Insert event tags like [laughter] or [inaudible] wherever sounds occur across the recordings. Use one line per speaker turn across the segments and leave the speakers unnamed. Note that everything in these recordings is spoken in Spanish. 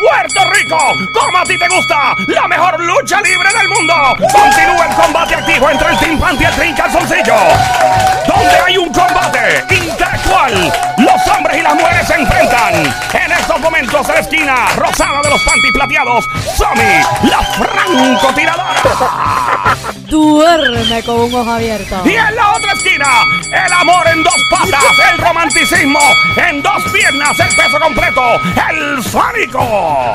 Puerto Rico, como a ti te gusta, la mejor lucha libre del mundo. Continúa el combate activo entre el Team Panty y el Team Calzoncillo, donde hay un combate intelectual. Los hombres y las mujeres se enfrentan. En estos momentos en la esquina, Rosada de los Panty Plateados, Somi, la francotiradora.
Duerme con un ojo abierto.
Y en la otra esquina, el amor en dos patas, el romanticismo en dos piernas, el peso completo, el fánico.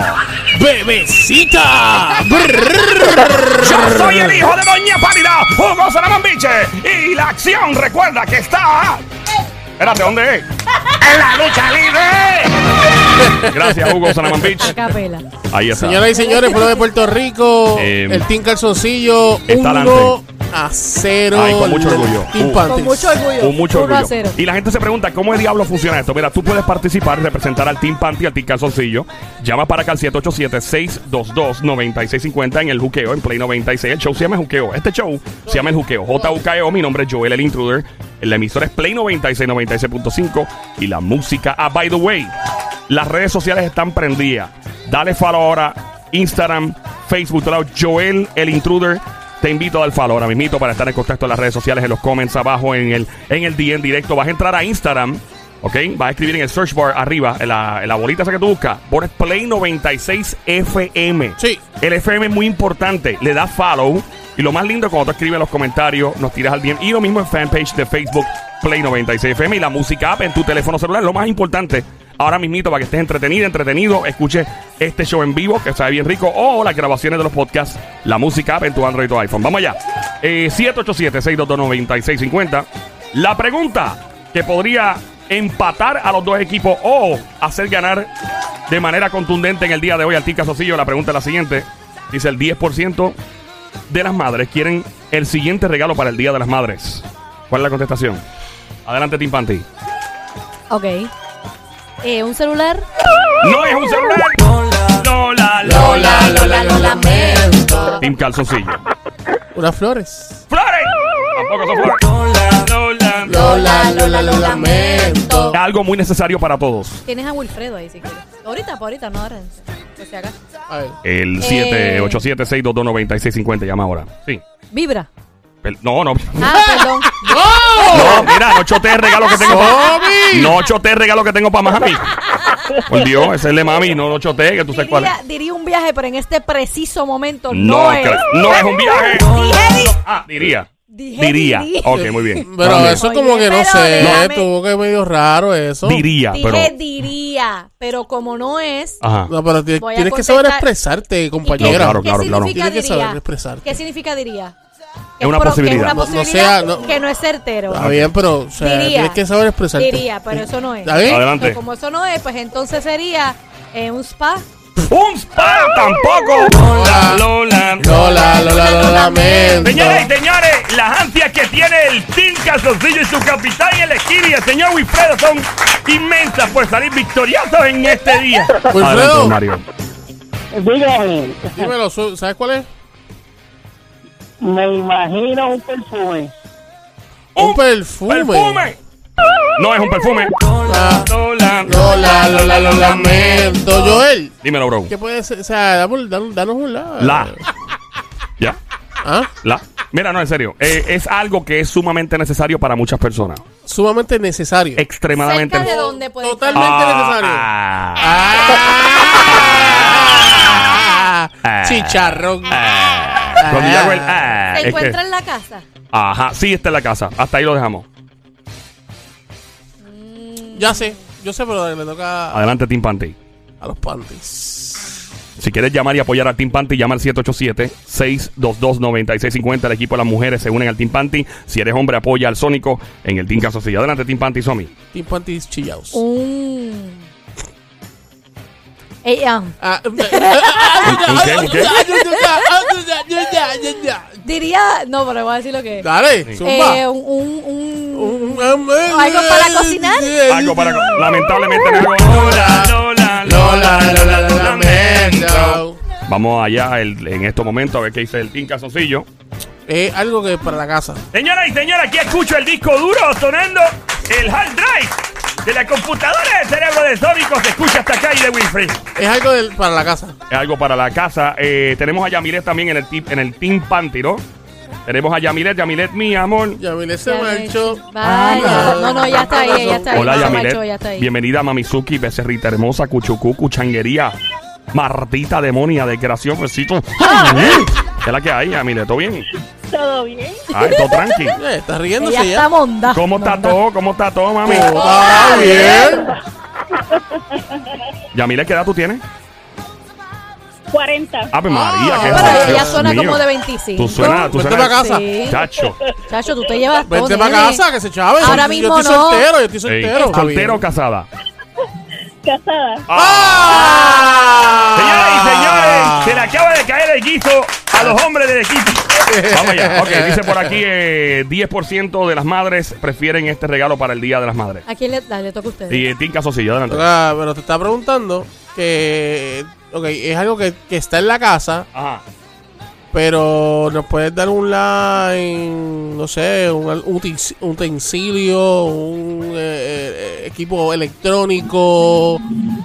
¡Bebecita!
Yo soy el hijo de Doña Pálida, Hugo Salamambiche. Y la acción recuerda que está. Espérate, ¿dónde es? ¡En la lucha libre! Gracias, Hugo Salamambich.
A capela.
Ahí está.
Señoras y señores, pueblo de
[laughs]
Puerto Rico,
Eh,
el Team Calzoncillo,
está
1 a 0.
Ay, con mucho orgullo.
Team
Uh.
Panties.
Con mucho orgullo.
Con mucho
Uno a
orgullo.
cero.
Y la gente se pregunta cómo es diablo funciona esto. Mira, tú puedes participar y representar al Team Panty, al Team Calzoncillo. Llama para acá al 787-622-9650 en el juqueo, en Play 96. El show se llama El Juqueo. Este show se llama El Juqueo. JUKEO, E mi nombre es Joel el Intruder. La emisora es Play 96, 96.5 y la música. Ah, by the way, las redes sociales están prendidas. Dale follow ahora. Instagram, Facebook, todo lado. Joel el Intruder. Te invito a dar follow ahora mismito para estar en contacto en las redes sociales, en los comments abajo, en el, en el DM directo. Vas a entrar a Instagram, ¿ok? Vas a escribir en el search bar arriba, en la, en la bolita esa que tú buscas. Pones Play 96 FM.
Sí.
El FM es muy importante. Le das follow. Y lo más lindo es cuando tú escribes en los comentarios, nos tiras al DM. Y lo mismo en fanpage de Facebook, Play 96 FM. Y la música app en tu teléfono celular. Lo más importante. Ahora mismito, para que estés entretenida, entretenido, escuche este show en vivo, que sabe bien rico, o las grabaciones de los podcasts, la música app en tu Android o iPhone. Vamos allá. Eh, 787-622-9650. La pregunta que podría empatar a los dos equipos o hacer ganar de manera contundente en el día de hoy al Tica Sosillo. La pregunta es la siguiente. Dice el 10% de las madres quieren el siguiente regalo para el Día de las Madres. ¿Cuál es la contestación? Adelante, Tim Panty.
Ok. Eh, un celular.
¡No es un celular! Lola, Lola.
Lola, lo lamento.
Tim Calzoncillo.
Unas flores.
¡Flores! Tampoco son flores. Lola,
Lola, Lola, lo lamento.
Algo muy necesario para todos.
Tienes a Wilfredo ahí si quieres. Ahorita, por ahorita, no ahora. Pues se haga.
A ver.
El
Eh.
787-622-9650. Llama ahora. Sí.
Vibra.
Pel- No, no. [laughs]
Ah, perdón.
No, mira, no chotees el regalo que tengo para
¡Sobi!
No chotees el regalo que tengo para mami. Por Dios, ese es el de mami, no lo chotees, que tú sabes cuál es.
Diría, diría un viaje, pero en este preciso momento no,
No,
es.
cre- no es un viaje.
Dije, di-
Ah, diría.
[laughs] dije,
Diría. Oh,
diría.
Ok, muy bien.
Pero
También.
eso
Oye,
como que no
pero
sé,
déjame.
tuvo que medio raro eso.
Diría,
Dije,
pero.
diría, pero como no es,
Ajá.
No, pero ti-
Voy a
tienes que
contestar.
saber expresarte,
¿Y
No,
qué,
compañera.
claro,
qué
claro, claro.
significa
Tienes que
diría?
saber expresarte.
¿Qué significa diría? Que
Es una
pro- que
posibilidad.
una
No-
no sea-
posibilidad
no-
que no es certero.
Está bien, pero o sea,
Diría.
tienes que saber expresarte.
Diría, pero eso no es.
¿Está bien?
Pero
Adelante.
como eso no es, pues entonces sería eh, un spa.
¡Un spa tampoco!
Lola,
Lola.
Lola, Lola, lo lamento.
Señores y señores, las ansias que tiene el Team Calzoncillo y su capitán y el esquina y el señor Wilfredo son inmensas por salir victoriosos en este día.
Wilfredo.
Adelante, don Mario.
Dígame,
Dímelo, su- ¿sabes cuál es?
me imagino un perfume.
Un perfume.
No es un perfume.
Ah,
Lola.
Lola, Lola, lo lamento. Joel,
Dímelo, bro.
¿qué puede ser? O sea, damos- dan- danos un lado.
La. ¿Ya?
Ah,
La. Mira, no, en serio. Eh, es algo que es sumamente necesario para muchas personas.
sumamente necesario.
Eh. Extremadamente
Cerca de
necesario.
donde puede estar.
Totalmente necesario.
Ah,
Ah,
Ah.
Chicharrón.
ah. Cuando yo hago el ah,
Se
es que-
encuentra en la casa.
Ajá, sí, está en la casa. Hasta ahí lo dejamos.
Ya sé, yo sé, pero le toca a,
Adelante, Team Panty.
a los panties.
Si quieres llamar y apoyar al Team Panty, llama al 787-622-9650. El equipo de las mujeres se unen al Team Panty. Si eres hombre, apoya al Sónico en el Team Caso Adelante, Team Panty, Somi.
Team panties chillados.
Un. Eh, ah, [laughs]
Ah, [laughs]
¿Un qué? ¿Un qué?
diría. No, pero voy a decir lo que es.
Dale, zumba.
Eh, un, un, un-
Algo
¿Algo para cocinar?
Algo para. Lamentablemente no. Lola,
Lola, Lola, lo lamento.
Vamos allá el- en estos momentos a ver qué dice el Team Casoncillo.
Eh, algo que para la casa.
Señoras y señores, aquí escucho el disco duro sonando el hard drive De la computadora del cerebro de Sónico se escucha hasta acá y de Wilfred.
Es algo del- para la casa.
Es algo para la casa. Eh, tenemos a Yamilet también en el, tip- en el Team Panty, ¿no? Tenemos a Yamilet, Yamilet, mi amor.
Ya me Ah, se marchó.
Vaya. No, no, ya está ahí, ya está ahí.
Hola,
no se
Yamilet.
marchó, ya está ahí.
Bienvenida, Mamizuki, becerrita hermosa, cuchucucu, changuería, martita, demonia, pues, desgración, besito.
Ah.
Mm. ¿Qué es la que hay, Yamilet? ¿Todo bien?
¿Todo bien?
Ah, todo tranqui.
Eh, está
Ella
riéndose
está
ya.
monda.
¿Cómo está todo? ¿Cómo está todo, mami?
Oh.
Está bien.
Yamilet, ¿qué edad tú tienes?
40.
Ave María, qué
Ah, Pero
raro,
ella
Dios
suena
mío.
como de 25.
Tú suena, tú
Vente para
suena.
casa.
Sí.
Chacho.
Chacho, tú te llevas todo.
Vente para
nene.
casa, que se chave.
Ahora
Yo-
mismo
yo estoy
no.
soltero, yo estoy
Ey,
soltero.
¿Soltero o casada? Ah.
Casada.
Señoras y
¡Ah!
señores, se le acaba de caer el guiso a los hombres del equipo. Vamos allá. Ok, dice por aquí eh, 10% de las madres prefieren este regalo para el Día de las Madres.
¿A quién le, la- le toca a usted?
Y eh, Tinka Sosillo, adelante.
Ah, pero te está preguntando que. Ok, es algo que, que está en la casa,
Ajá.
pero nos puedes dar un line, no sé, un, al- un utens- un utensilio, un eh, eh, equipo electrónico,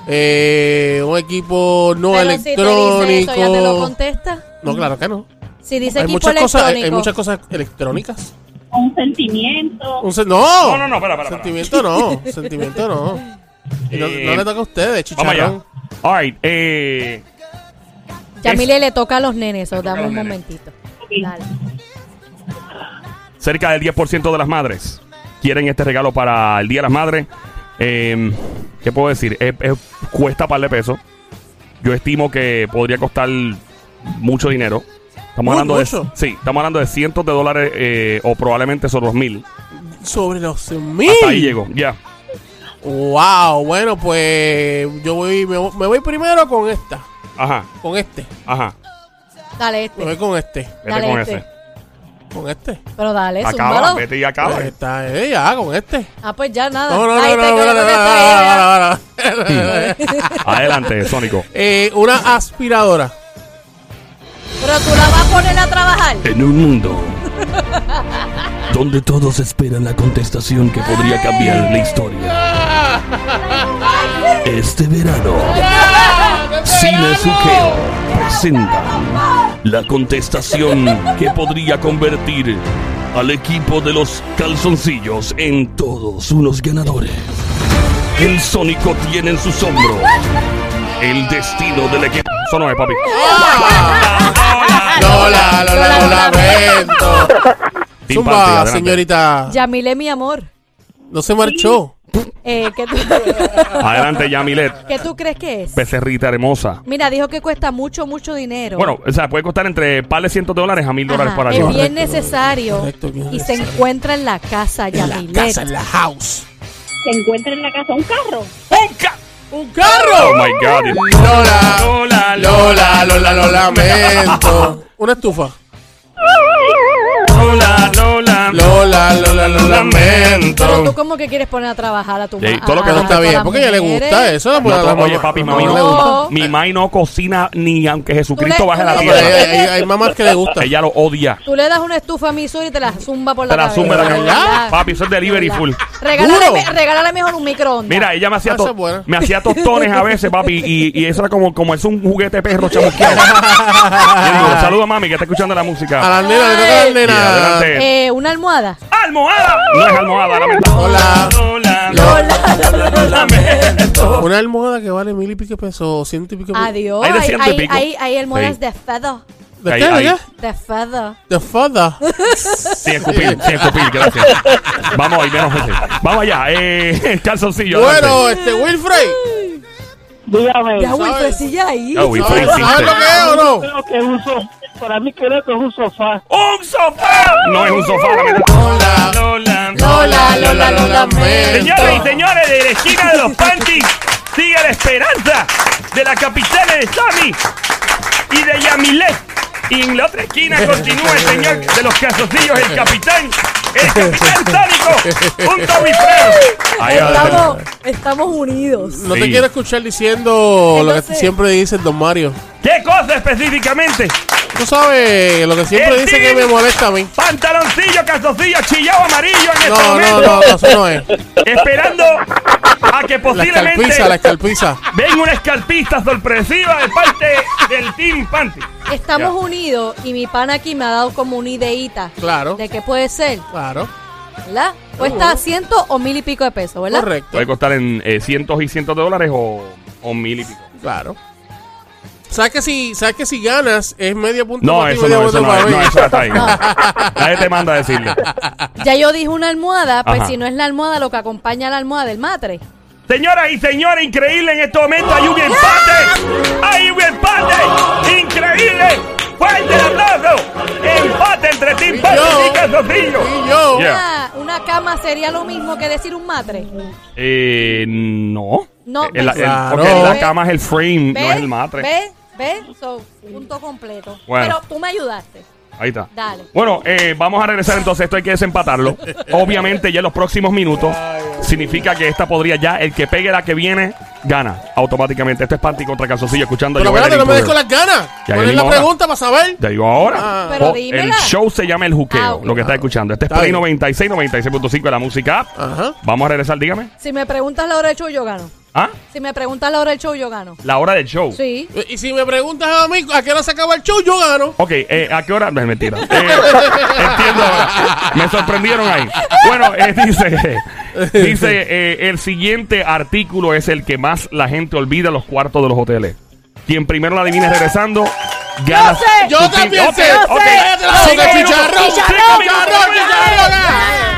eh, un equipo no
Pero si te dice
electrónico.
eso, ¿ya te lo contesta?
no, claro que no.
Si dice
Hay
equipo
muchas,
electrónico.
cosas, hay, hay muchas cosas electrónicas.
Un sentimiento.
Un sen- no,
No, no, no, espera, espera, espera.
Sentimiento
[laughs]
no, sentimiento no. Y no,
Eh,
no le toca a ustedes,
Vamos allá.
chicharrón.
All right, eh,
Yamile le toca a los nenes, o
toca a
dame
los
un
nenes.
momentito. Dale.
cerca del 10% de las madres quieren este regalo para el Día de las Madres. Eh, ¿Qué puedo decir? Eh, eh, cuesta par de pesos. Yo estimo que podría costar mucho dinero. Estamos
Muy
hablando de
mucho.
sí, estamos hablando de cientos de dólares eh, o probablemente sobre los mil.
Sobre los 100 mil.
Hasta ahí llegó, ya.
Wow, bueno, pues yo voy, me, me voy primero con esta,
Ajá,
con este,
ajá.
Dale
me voy
este.
con este,
Vete
Dale
É con
este.
ese.
con este.
Pero dale,
Acaba,
zúmbalo.
vete y
[laughs]
acaba.
Ahí está ella, con este.
Ah, pues ya nada.
No, no,
Ahí
no, no,
te
no,
quedó
no, no,
con este esta idea.
no, no, no, no, no.
Adelante, Sónico.
Eh, Una aspiradora.
Pero tú la vas a poner a trabajar.
En un mundo donde todos esperan la contestación que podría cambiar la historia. Este verano, Cine Suqueo presenta la contestación que podría convertir al equipo de los calzoncillos en todos unos ganadores. El Sónico tiene en sus hombros el destino del equipo. eh,
Eso no es, papi. Ah.
Lola, Lola, lo lamento.
Team Panty,
Zumba,
adelante.
señorita.
Yamile, mi amor.
No se marchó.
Eh, ¿qué, tú, [laughs]
Adelante, Yamilet.
¿Qué tú crees que es?
Pues-
Becerrita hermosa.
Mira, dijo que cuesta mucho, mucho dinero.
Bueno, o sea, puede costar entre par de cientos de dólares a mil
Ajá,
dólares para
es
arriba.
bien necesario
correcto, bien
y se
necesario.
encuentra en la casa,
En la casa, en
Yamilet.
la house.
Se encuentra en la casa un carro.
¡Un ca-
¡Un
¡Oh,
carro!
my God!
Lola,
Lola,
Lola, Lola, lo
[laughs]
lamento. Una estufa.
Lola, Lola.
Lola, Lola, lo
Pero tú
lamento.
como que quieres poner a trabajar a tu
Sí,
mamá.
todo lo que
a-
No está
a
bien,
Ah, las
porque a ella le
mujeres.
gusta eso.
No,
pues, a la
to- oye,
mamá-
papi,
no,
mami, no.
le gusta. Ah,
No.
Mi mai no cocina ni aunque Jesucristo
Tú le-
baje
tú
la
le-
Hay,
Pero-
tierra.
le-
hay- hay mamás que le gusta.
Ella lo odia.
Tú le das una estufa a mi suegra y te la zumba por la
Te la
cabeza.
zumba la
de
cabeza.
verdad.
Papi, eso es delivery
De
full.
verdad. Regálale,
Duro.
me- regálale mejor un microondas.
Mira, ella me hacía,
Ah, esa
to-
es buena.
me hacía tostones a veces, papi, y, y eso era como, como es un juguete perro
[laughs]
chamusqueado. Saluda, mami, que está escuchando la
A
música.
la nena, le toca a la
Y
nena.
adelante.
Eh, una almohada.
¡Almohada! No es almohada, lamentable.
Hola.
Lola,
Hola.
Lola, lamento.
Una almohada que vale mil y pico pesos, ciento y pico pesos.
Adiós.
Hay de
Hay,
ciento y
hay,
pico.
hay- hay almohadas
Sí.
de fedo.
¿De
Ahí,
qué, de
ahí.
qué?
De fedo.
De fada.
Sin escupir, sin escupir, gracias. Vamos ahí, menos ese. Vamos allá, eh, [laughs] calzoncillo.
Bueno,
adelante.
este Wilfred.
Dígame.
Ya,
¿sabes?
Wilfred, sigue ahí.
Ah, Wilfred,
¿Sabes
insiste.
sabes lo que es o no?
Creo que es un sofá. Para mí creo que es un sofá.
¡Un sofá! No es un sofá, lamentable.
Hola.
Lola.
Lola, Lola, lo lamento.
Señoras y señores, de la esquina de los panties sigue la esperanza de la capitana de Sami y de Yamilet. Y en la otra
[laughs]
esquina continúa el señor de los calzoncillos, el capitán, el
[laughs]
capitán Sónico, junto a Wilfredo. Ahí adelante.
Estamos, estamos unidos.
No
Sí.
te quiero escuchar diciendo lo que
Entonces-
siempre dice el Don Mario.
¿Qué cosa específicamente?
Tú sabes lo que siempre
El
dice que
team.
me molesta a mí.
Pantaloncillo, calzoncillo, chillado amarillo en este
No,
momento.
no, no, no, eso no es.
Esperando a que
La
posiblemente
escalpiza, la escalpiza.
venga una escalpista sorpresiva de parte del Team Panty.
Estamos unidos y mi pana aquí me ha dado como una ideita
Claro,
de que puede ser,
claro.
¿verdad? Cuesta ciento o mil y pico de pesos, ¿verdad?
Correcto.
Puede costar en eh, cientos y cientos de dólares o, o mil y pico.
Claro. ¿Sabes que si, sabes que si ganas es medio punto
No,
para ti,
eso
medio
no,
punto
eso no,
para
es,
mí?
no, eso está ahí. Nadie te manda a decirle.
Ya yo dije una almohada, pues
Ajá.
si no es la almohada, lo que acompaña a la almohada del matre.
Señoras y señores, increíble en este momento. Hay un empate. Hay un empate. Increíble. Fuerte el aplauso. Empate entre Team Panty y Calzoncillo.
[laughs] Y yo.
Yeah.
Una, una cama sería lo mismo que decir un matre.
Eh, no.
No,
El- el-
Claro.
porque la cama es el frame,
¿Ves?
no es el matre.
¿Ves? ¿Ves? So, punto completo.
Bueno.
Pero tú me ayudaste.
Ahí está.
Dale.
Bueno, eh, vamos a regresar entonces. Esto hay que desempatarlo. Obviamente, ya en los próximos minutos significa que esta podría ya, el que pegue la que viene, gana automáticamente. Esto es Panty contra Calzoncillo, escuchando
Pero
a Joel
espérate, no me des
Intruder.
con las ganas.
Ya
¿Cuál es
venimos
la
ahora.
pregunta para saber?
Te digo ahora.
Ah.
Pero
Oh, el
dímela.
show se llama El Juqueo,
Ah, ok.
lo que está escuchando. Este es
Está
Play
bien.
96, 96.5 de la música. app.
Ajá.
Vamos a regresar, dígame.
Si me preguntas la hora del show, yo gano.
¿Ah?
Si me preguntas la hora del show, yo gano.
La hora del show.
Sí.
Y si me preguntas a mí a qué hora se acaba el show, yo gano.
Ok, eh, ¿a qué hora? No, es mentira. Eh, entiendo ahora. Me sorprendieron ahí. Bueno, eh, dice, dice eh, el siguiente artículo es el que más la gente olvida en los cuartos de los hoteles. Quien primero la adivine regresando, gana.
sé.
Yo
su-
también
Ok,
sé.
ok.
Cállate la boca,
Cinco minutos,
chicharrón.
cinco
Chicharrón,
minutos,
chicharrón, chicharrón.